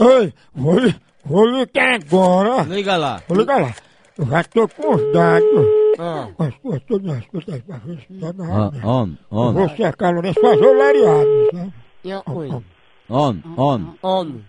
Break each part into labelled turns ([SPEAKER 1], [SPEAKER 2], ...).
[SPEAKER 1] Ei, vou, li- vou ligar agora.
[SPEAKER 2] Liga lá.
[SPEAKER 1] Vou ligar lá. Eu já tô com os dados.
[SPEAKER 2] Ah.
[SPEAKER 1] As coisas todas as coisas pra ver se dá na né?
[SPEAKER 2] Ah,
[SPEAKER 1] rádio.
[SPEAKER 2] On, on,
[SPEAKER 1] Você é calorento, faz olariado, né?
[SPEAKER 3] Eu cuido.
[SPEAKER 2] on, on.
[SPEAKER 3] Homem.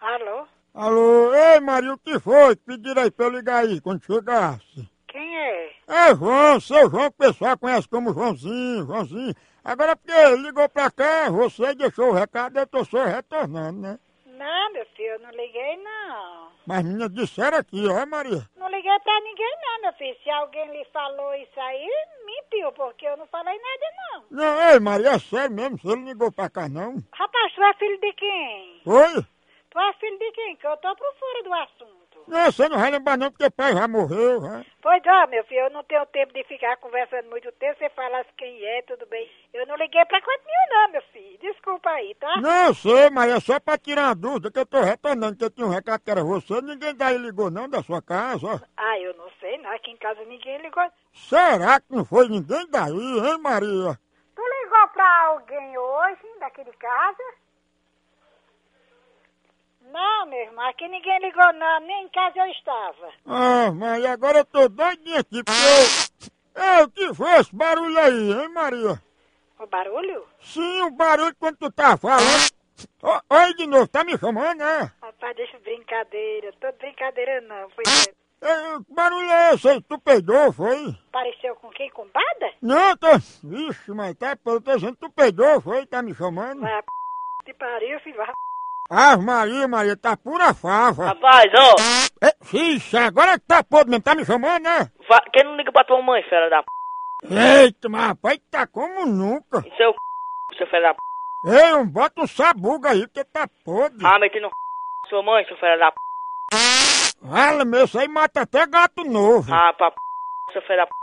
[SPEAKER 4] Alô?
[SPEAKER 1] Alô, ei Maria, o que foi? Pediram aí pra eu ligar aí quando chegasse.
[SPEAKER 4] Quem é?
[SPEAKER 1] É João, seu João, que o pessoal conhece como Joãozinho, Joãozinho. Agora porque ligou pra cá, você deixou o recado, eu tô só retornando, né?
[SPEAKER 4] Nada, filho, eu não liguei não.
[SPEAKER 1] Mas meninas disseram aqui, ó Maria.
[SPEAKER 4] Não liguei pra ninguém não, meu filho. Se alguém lhe falou isso aí, mentiu, porque eu não falei nada não.
[SPEAKER 1] Não, ei Maria, é sério mesmo, você não ligou pra cá não?
[SPEAKER 4] Rapaz, tu é filho de quem?
[SPEAKER 1] Foi?
[SPEAKER 4] Tu é filho de quem? Que eu tô por fora do assunto.
[SPEAKER 1] Não, você não vai lembrar não, porque pai já morreu, né?
[SPEAKER 4] Pois ó, meu filho, eu não tenho tempo de ficar conversando muito tempo. Você falasse quem é, tudo bem. Eu não liguei pra quanto mil não, meu filho. Desculpa aí, tá?
[SPEAKER 1] Não, eu sei, mas é só pra tirar uma dúvida que eu tô retornando, que eu tinha um recado que era você, ninguém daí ligou não da sua casa.
[SPEAKER 4] Ah, eu não sei não. Aqui em casa ninguém ligou.
[SPEAKER 1] Será que não foi ninguém daí, hein, Maria?
[SPEAKER 4] Tu ligou pra alguém hoje, daqui de casa? Não, meu irmão, aqui ninguém ligou não, nem em casa eu estava.
[SPEAKER 1] Ah, mas agora eu tô doidinho aqui, porque eu... É, o que foi esse barulho aí, hein, Maria?
[SPEAKER 4] O barulho?
[SPEAKER 1] Sim, o barulho quando tu tá falando... Ó, Olha de novo, tá me chamando, né?
[SPEAKER 4] Rapaz, deixa de brincadeira, tô de brincadeira não, foi sério.
[SPEAKER 1] É, que barulho é esse aí? Tu peidou, foi?
[SPEAKER 4] Pareceu com quem? Com Bada?
[SPEAKER 1] Não, tô... Vixe, mas tá... Eu tô dizendo, tu peidou, foi? Tá me chamando?
[SPEAKER 4] Vai, a p... te pariu, filho, vai.
[SPEAKER 1] Ah, Maria, Maria, tá pura fava.
[SPEAKER 5] Rapaz, ó,
[SPEAKER 1] É, ixi, agora que tá podre mesmo, tá me chamando, né?
[SPEAKER 5] fa- quem não liga pra tua mãe, fera da p.
[SPEAKER 1] Eita, mas rapaz, tá como nunca.
[SPEAKER 5] Seu c, seu fera da p.
[SPEAKER 1] Ei, não bota o sabuga aí, porque tá podre.
[SPEAKER 5] Ah, metendo c, sua mãe, seu fera da p.
[SPEAKER 1] Fala, meu, isso aí mata até gato novo.
[SPEAKER 4] Ah.
[SPEAKER 5] Ah, pra p, seu fera da p.